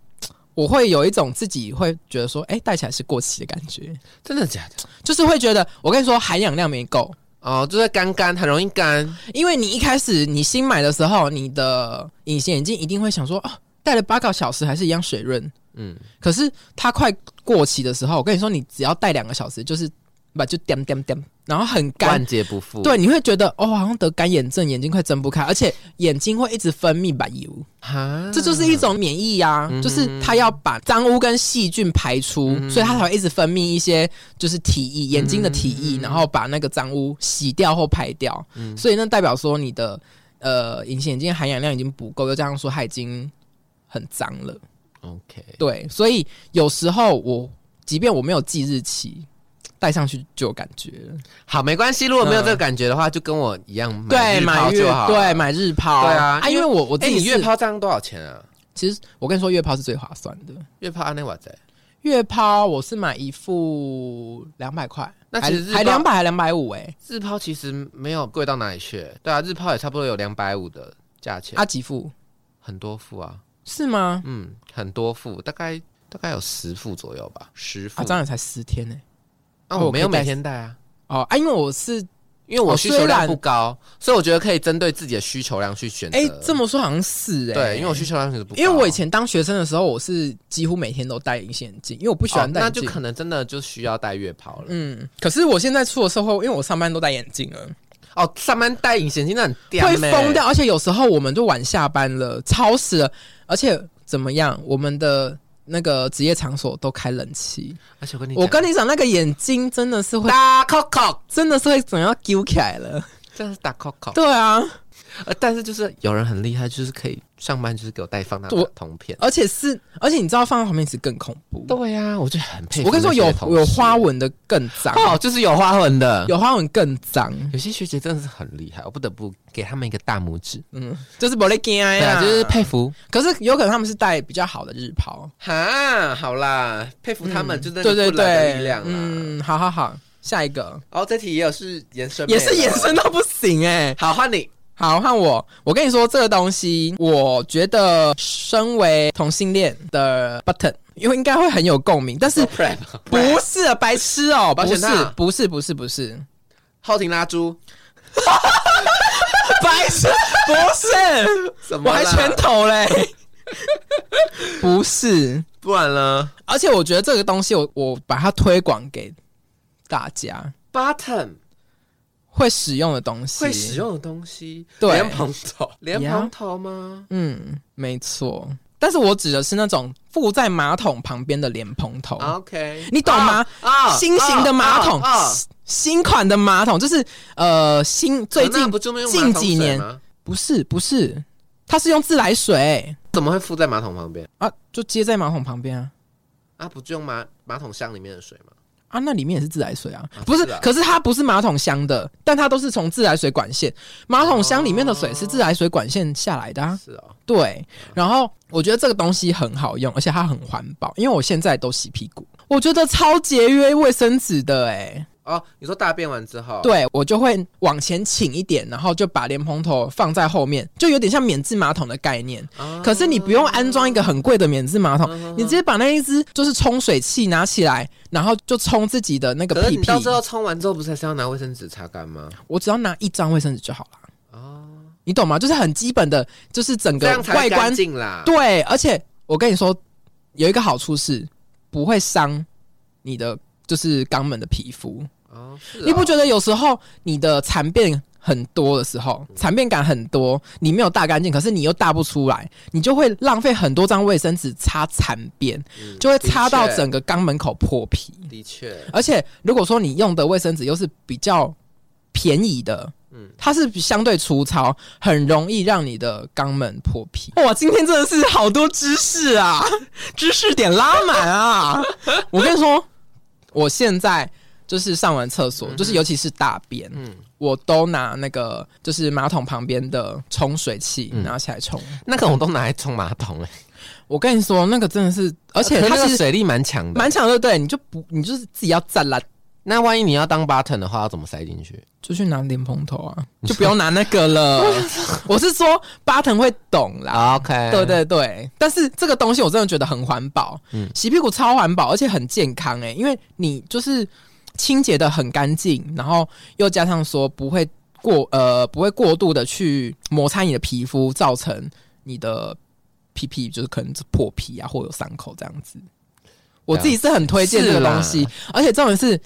我会有一种自己会觉得说，哎、戴起来是过期的感觉，真的假的？就是会觉得，我跟你说哎含氧量没够，哦，就是干干，很容易干。因为你一开始你新买的时候，你的隐形眼镜一定会想说，哦，戴了八个小时还是一样水润，嗯，可是它快过期的时候，我跟你说，你只要戴两个小时，就是把就点点点，然后很干万，劫不复。对，你会觉得哦，好像得干眼症，眼睛快睁不开，而且眼睛会一直分泌白油，哈，这就是一种免疫呀、嗯就是它要把脏污跟细菌排出，嗯所以它才会一直分泌一些就是体液，眼睛的体液，然后把那个脏污洗掉或排掉，嗯所以那代表说你的呃隐形眼镜含氧量已经不够，又加上说它已经很脏了， OK。对，所以有时候我即便我没有记日期，戴上去就有感觉了。好，没关系。如果没有这个感觉的话，就跟我一样嗯买对，日买抛月就好。对。买日抛，对啊因因为为我我自哎，己你是月，抛这样多少钱啊？其实我跟你说月抛是最划算的。月抛安内瓦在，月抛我是买一副两百块，那还其实日还抛两百还两百五哎，日抛其实没有贵到哪里去，对啊，日抛也差不多有两百五的价钱，啊几副很多副啊，是吗？嗯，很多副，大概大概有十副左右吧，十副。啊，这样也才十天呢、啊哦我没有可以带每天戴啊，哦啊，因为我是因为我哦需虽求量然不高，所以我觉得可以针对自己的需求量去选择。哎、这么说好像是哎、对，因为我需求量其实不高，啊因为我以前当学生的时候，我是几乎每天都戴隐形眼镜，因为我不喜欢戴哦那眼就镜。可能真的就需要戴月抛了。嗯，可是我现在出了社会，因为我上班都戴眼镜了，哦，上班戴隐形真的很屌欸会妹疯掉。而且有时候我们就晚下班了，超时了，而且怎么样，我们的那个职业场所都开冷气。而且我跟你讲，我跟你讲，那个眼睛真的是会，打 Coco，真的是会怎样揪起来了。真的是打 Coco。对啊，呃，但是就是有人很厉害，就是可以上班就是给我带放大我铜片。而且是，而且你知道放在旁边其实更恐怖。对呀、我就很佩服。我跟你说，有有花纹的更脏，哦，就是有花纹的。有有花纹更脏。有些学姐真的是很厉害，我不得不给他们一个大拇指。嗯，就是不勒惊对呀，啊，就是佩服。可是有可能他们是戴比较好的日抛，哈，好啦，佩服他们，就对是对不来的对，力量啊啦。嗯，好好好，下一个然后这题也有是延伸，也是延。伸到不行哎、好，换你。好，换我。我跟你说，这个东西，我觉得身为同性恋的 button，因为应该会很有共鸣，但是 prep 不是啊白痴哦、保不险是套，不是，不是，不是，后庭拉猪白痴，不是，什么我还啦？拳头 嘞，不是。不然呢而且我觉得这个东西我，我把它推广给大家？Button 会使用的东西，会使，用的东西，对莲蓬头，莲呀蓬头吗？嗯，没错。但是我指的是那种附在马桶旁边的莲蓬头， OK，你懂吗？啊新型的马桶啊啊啊，新款的马桶就是呃新最啊可那近不就没有马近桶几水年吗不是不是，它是用自来水怎么会附在马桶旁边啊，就接在马桶旁边啊啊？不就用马马桶箱里面的水吗？啊，那里面也是自来水啊啊，不是是啊，可是它不是马桶箱的，但它都是从自来水管线，马桶箱里面的水是自来水管线下来的啊，是哦，对，然后我觉得这个东西很好用，而且它很环保，因为我现在都洗屁股，我觉得超节约卫生纸的哎、哦，你说大便完之后，，对我就会往前倾一点，然后就把莲蓬头放在后面，就有点像免治马桶的概念。啊可是你不用安装一个很贵的免治马桶，嗯你直接把那一只就是冲水器拿起来，然后就冲自己的那个可是屁你屁。到最后冲完之后，不是还是要拿卫生纸擦干吗？我只要拿一张卫生纸就好了，哦，你懂吗？就是很基本的，就是整这个样才嗯外干观。净啊啦。对，而且我跟你说，有一个好处是不会伤你的就是肛门的皮肤。哦，是哦你不觉得有时候你的残便很多的时候，嗯残便感很多，你没有大干净，可是你又大不出来，你就会浪费很多张卫生纸擦残便，嗯就会擦到的整个肛门口破皮。确的确，而且如果说你用的卫生纸又是比较便宜的，嗯它是相对粗糙，很容易让你的肛门破皮。哇，今天真的是好多知识啊， 知识点拉满 啊！我跟你说，我现在就是上完厕所，就是尤其是大便，嗯，我都拿那个就是马桶旁边的冲水器嗯拿起来冲。那个我都拿来冲马桶哎，我跟你说，那个真的是，欸而且啊可是它那是个水力蛮强的。蛮强的，对，你就不你就是自己要站啦那万一你要当 button 的话，要怎么塞进去？就去拿莲蓬头啊，就不用拿那个了。 我是说巴腾会懂啦，啊 OK，对，对对。但是这个东西我真的觉得很环保，嗯洗屁股超环保，而且很健康哎、因为你就是清洁的很干净，然后又加上说不会过呃不会过度的去摩擦你的皮肤，造成你的屁屁就是可能是破皮啊或有伤口这样子。我自己是很推荐这个东西，而且重点是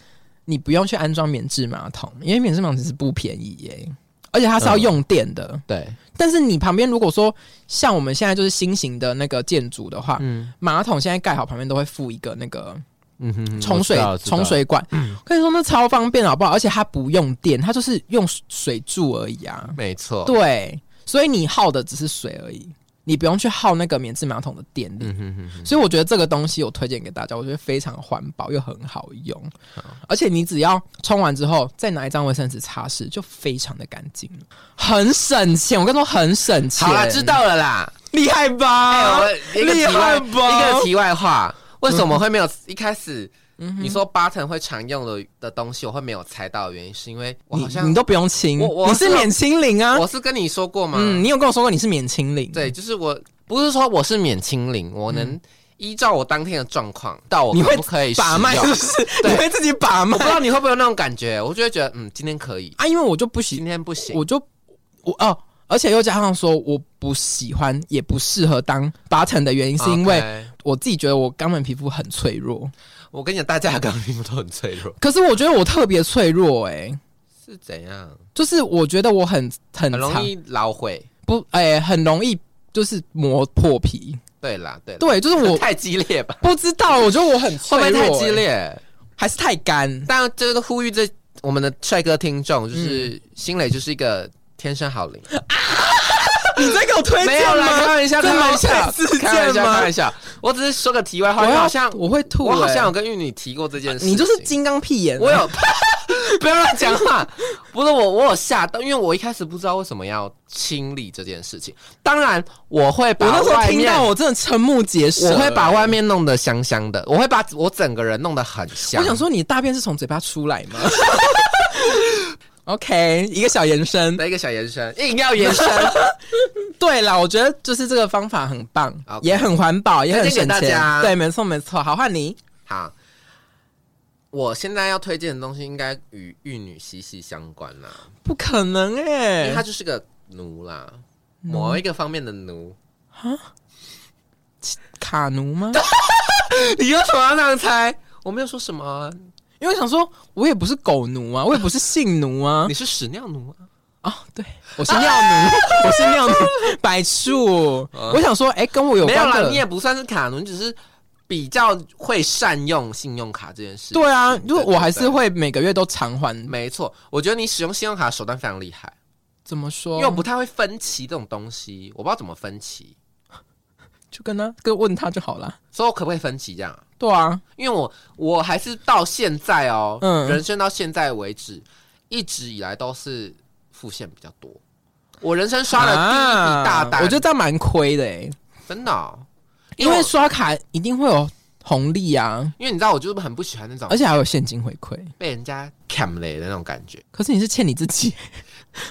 你不用去安装免治马桶，因为免治马桶其实不便宜耶、而且它是要用电的。对，但是你旁边如果说像我们现在就是新型的那个建筑的话，嗯马桶现在盖好旁边都会附一个那个嗯哼，冲水冲，水管，嗯可以说那超方便好不好？而且它不用电，它就是用水柱而已啊。没错，对，所以你耗的只是水而已，你不用去耗那个免治马桶的电力。嗯哼哼哼，所以我觉得这个东西我推荐给大家，我觉得非常环保又很好用，而且你只要冲完之后再拿一张卫生纸擦拭，就非常的干净了，很省钱。我跟你说很省钱，好啦，知道了啦。厉害哎、吧？我一个厉题害外吧一个题外话，为什么会没有一开始？嗯你说 button 会常用的的东西，我会没有猜到的原因，是因为我好你像你都不用清，我我你是是免清零啊？我是跟你说过吗？嗯，你有跟我说过你是免清零，对，，就是我不是说我是免清零，我能依照我当天的状况到我你会可不可以使把用脉是不是？对你会自己把脉我不知道你会不会有那种感觉，我就会觉得嗯，今天可以，啊？因为我就不喜今天不行。我就我哦，而且又加上说我不喜欢，也不适合当 button 的原因，是因为啊 OK 我自己觉得我肛门皮肤很脆弱。我跟你讲，大家的肛门皮肤都很脆弱，可是我觉得我特别脆弱、哎，是怎样？就是我觉得我很很很容常易老毁。不哎、很容易就是磨破皮。对啦，对啦，对，就是我太激烈吧？不知道，我觉得我很脆会不弱、会太激哎？烈？还是太 干？但这个呼吁这我们的帅哥听众，嗯就是新磊就是一个天生好灵，你在给我推没有荐啦，开吗？玩笑，哎这开玩笑蛮事，件开玩笑，吗开玩笑。我只是说个题外我话，因为要好像我会吐、我好像哎有跟玉女提过这件事情，你就是金刚屁眼、啊我有。 不要乱讲话，不是我，我有吓到，因为我一开始不知道为什么要清理这件事情。当然，我会我把那时候外听面，到我真的瞠目结舌、我会把哎外面弄得香香的，我会把我整个人弄得很香。我想，说，你大便是从嘴巴出来 吗？OK，一个小延伸。的一个小延伸，硬要延伸，对啦，我觉得就是这个方法很棒 OK 也很环保，也很省推荐给大钱。家对，没错没错。好，换你。好，我现在要推荐的东西应该与玉女息息相关啦，不可能因哎、为她就是个奴啦，某一个方面的 奴。卡奴吗？你为什么要这样猜？我没有说什么啊、 因为我想说，我也不是狗奴啊，我也不是性奴啊你。是屎尿奴啊？啊，对，我是尿 奴，我是尿奴，白醋。我想说，哎、跟我有嗯没有关啦，的你也不算是卡奴，你只是比较会善用信用卡这件事。，对啊，因为对对我还是对会每个月都偿还。没错，我觉得你使用信用卡的手段非常厉害，怎么说？因为我不太会分期这种东西，我不知道怎么分期，就跟他跟问他就好了。所以我可不可以分期这样啊？对啊，因为我我还是到现在哦，嗯人生到现在为止，一直以来都是付现比较多。我人生刷了第一笔大单，啊我觉得这样蛮亏的哎、真的哦、因因为为我刷卡一定会有红利啊，因为你知道，我就是很不喜欢那种而且还有现金回馈。被人家 cam 雷的那种感觉。可是你是欠你自 己，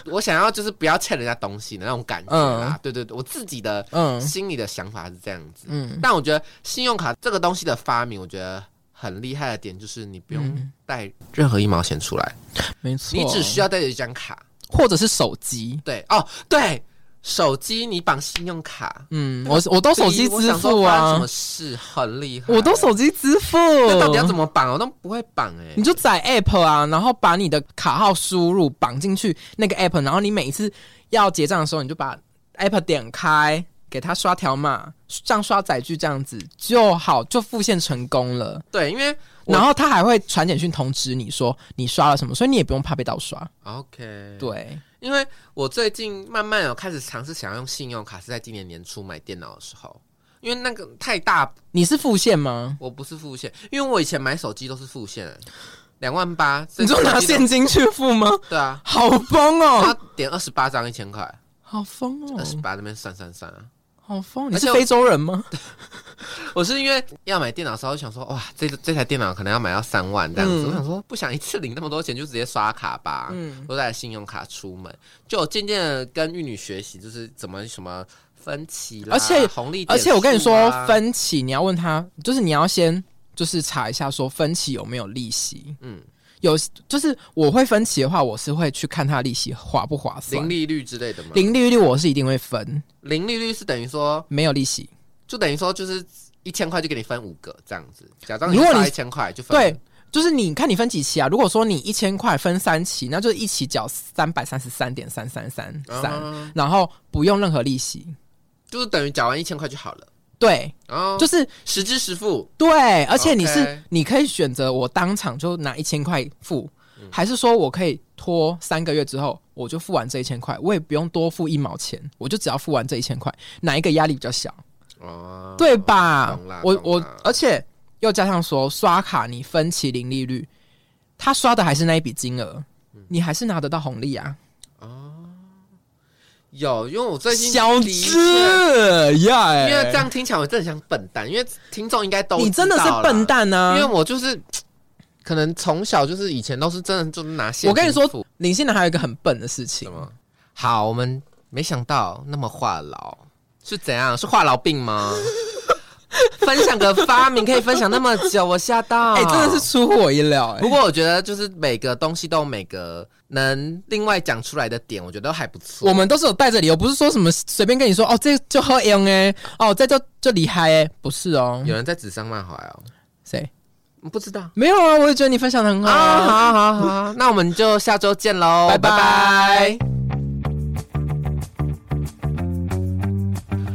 我想要就是不要欠人家东西的那种感觉啦。对对对，我自己的嗯心里的想法是这样子。嗯，但我觉得信用卡这个东西的发明，我觉得很厉害的点就是你不用嗯带任何一毛钱出来，没错，你只需要带着一张卡。或者是手机，对哦，对，手机你绑信用卡，嗯，我我都手机啊我支想付说发生什啊么，事很厉害？我都，手机支付，那到底要怎么绑？我都不会绑哎、你就载 app 啊，然后把你的卡号输入绑进去那个 app，然后你每一次要结账的时候，你就把 app 点开，给它刷条码，这样刷载具这样子就好，就付现成功了。对，因为我然后它还会传简讯通知你说你刷了什么，所以你也不用怕被盗刷。 OK，，对，因为我最近慢慢有开始尝试想要用信用卡，是在今年年初买电脑的时候。因为那个太大，你是付现吗？我不是付现，因为我以前买手机都是付现，两万八，你就拿现金去付吗？对啊，好疯然后哦，点二十八张一千块，好疯哦二，十八那边算算算啊，好疯！哦你呃而且是我非洲人吗？我是因为要买电脑的时候想说，哇，这这台电脑可能要买到三万这样子，嗯我想说不想一次领那么多钱，就直接刷卡吧，嗯都带信用卡出门，就我渐渐的跟玉女学习，就是怎么什么分期啦，而且红利、啊而且我跟你说，，分期你要问他，就是你要先就是查一下说分期有没有利息。嗯，有就是我会分期的话，我是会去看它利息划不划算零。利率之类的嘛，零零利率我是一定会分，零利率是等于说，没有利息。就等于说就是一千块就给你分五个这样子，假装如果你刷一千块就分对，就是你看你分几期啊？如果说你一千块分三期，那就是一期缴三百三十三点三三三三，嗯然后不用任何利息。就是等于缴完一千块就好了，对，哦，就是实支实付，对，而且你是 OK 你可以选择我当场就拿一千块付，嗯还是说我可以拖三个月之后我就付完这一千块，我也不用多付一毛钱，我就只要付完这一千块，哪一个压力比较小？哦，对吧懂啦？我懂我啦，而且又加上说刷卡你分期零利率，他刷的还是那一笔金额，嗯你还是拿得到红利啊！有，因为我最近小的确智呀，因为这样听起来我真的很像笨蛋，因为听众应该都你真的知是道啦笨、蛋因为啊！我就是可能从小就是以前都是真的就是拿现金我跟你说付，林心南还有一个很笨的事情什，么？好，我们没想到那么话痨是怎样？是话痨病吗？ 分享个发明可以分享那么久，我吓到！哎、真的是出乎我意料、哎不过我觉得就是每个东西都有每个能另外讲出来的点，我觉得都还不错。我们都是有带着理由，不是说什么随便跟你说哦，这就喝 N 哎，哦，这就就厉害哎，不是哦，有人在指桑骂槐哦，谁不知道。没有啊？我也觉得你分享的很好啊，啊，好好 好，那我们就下周见喽，拜拜。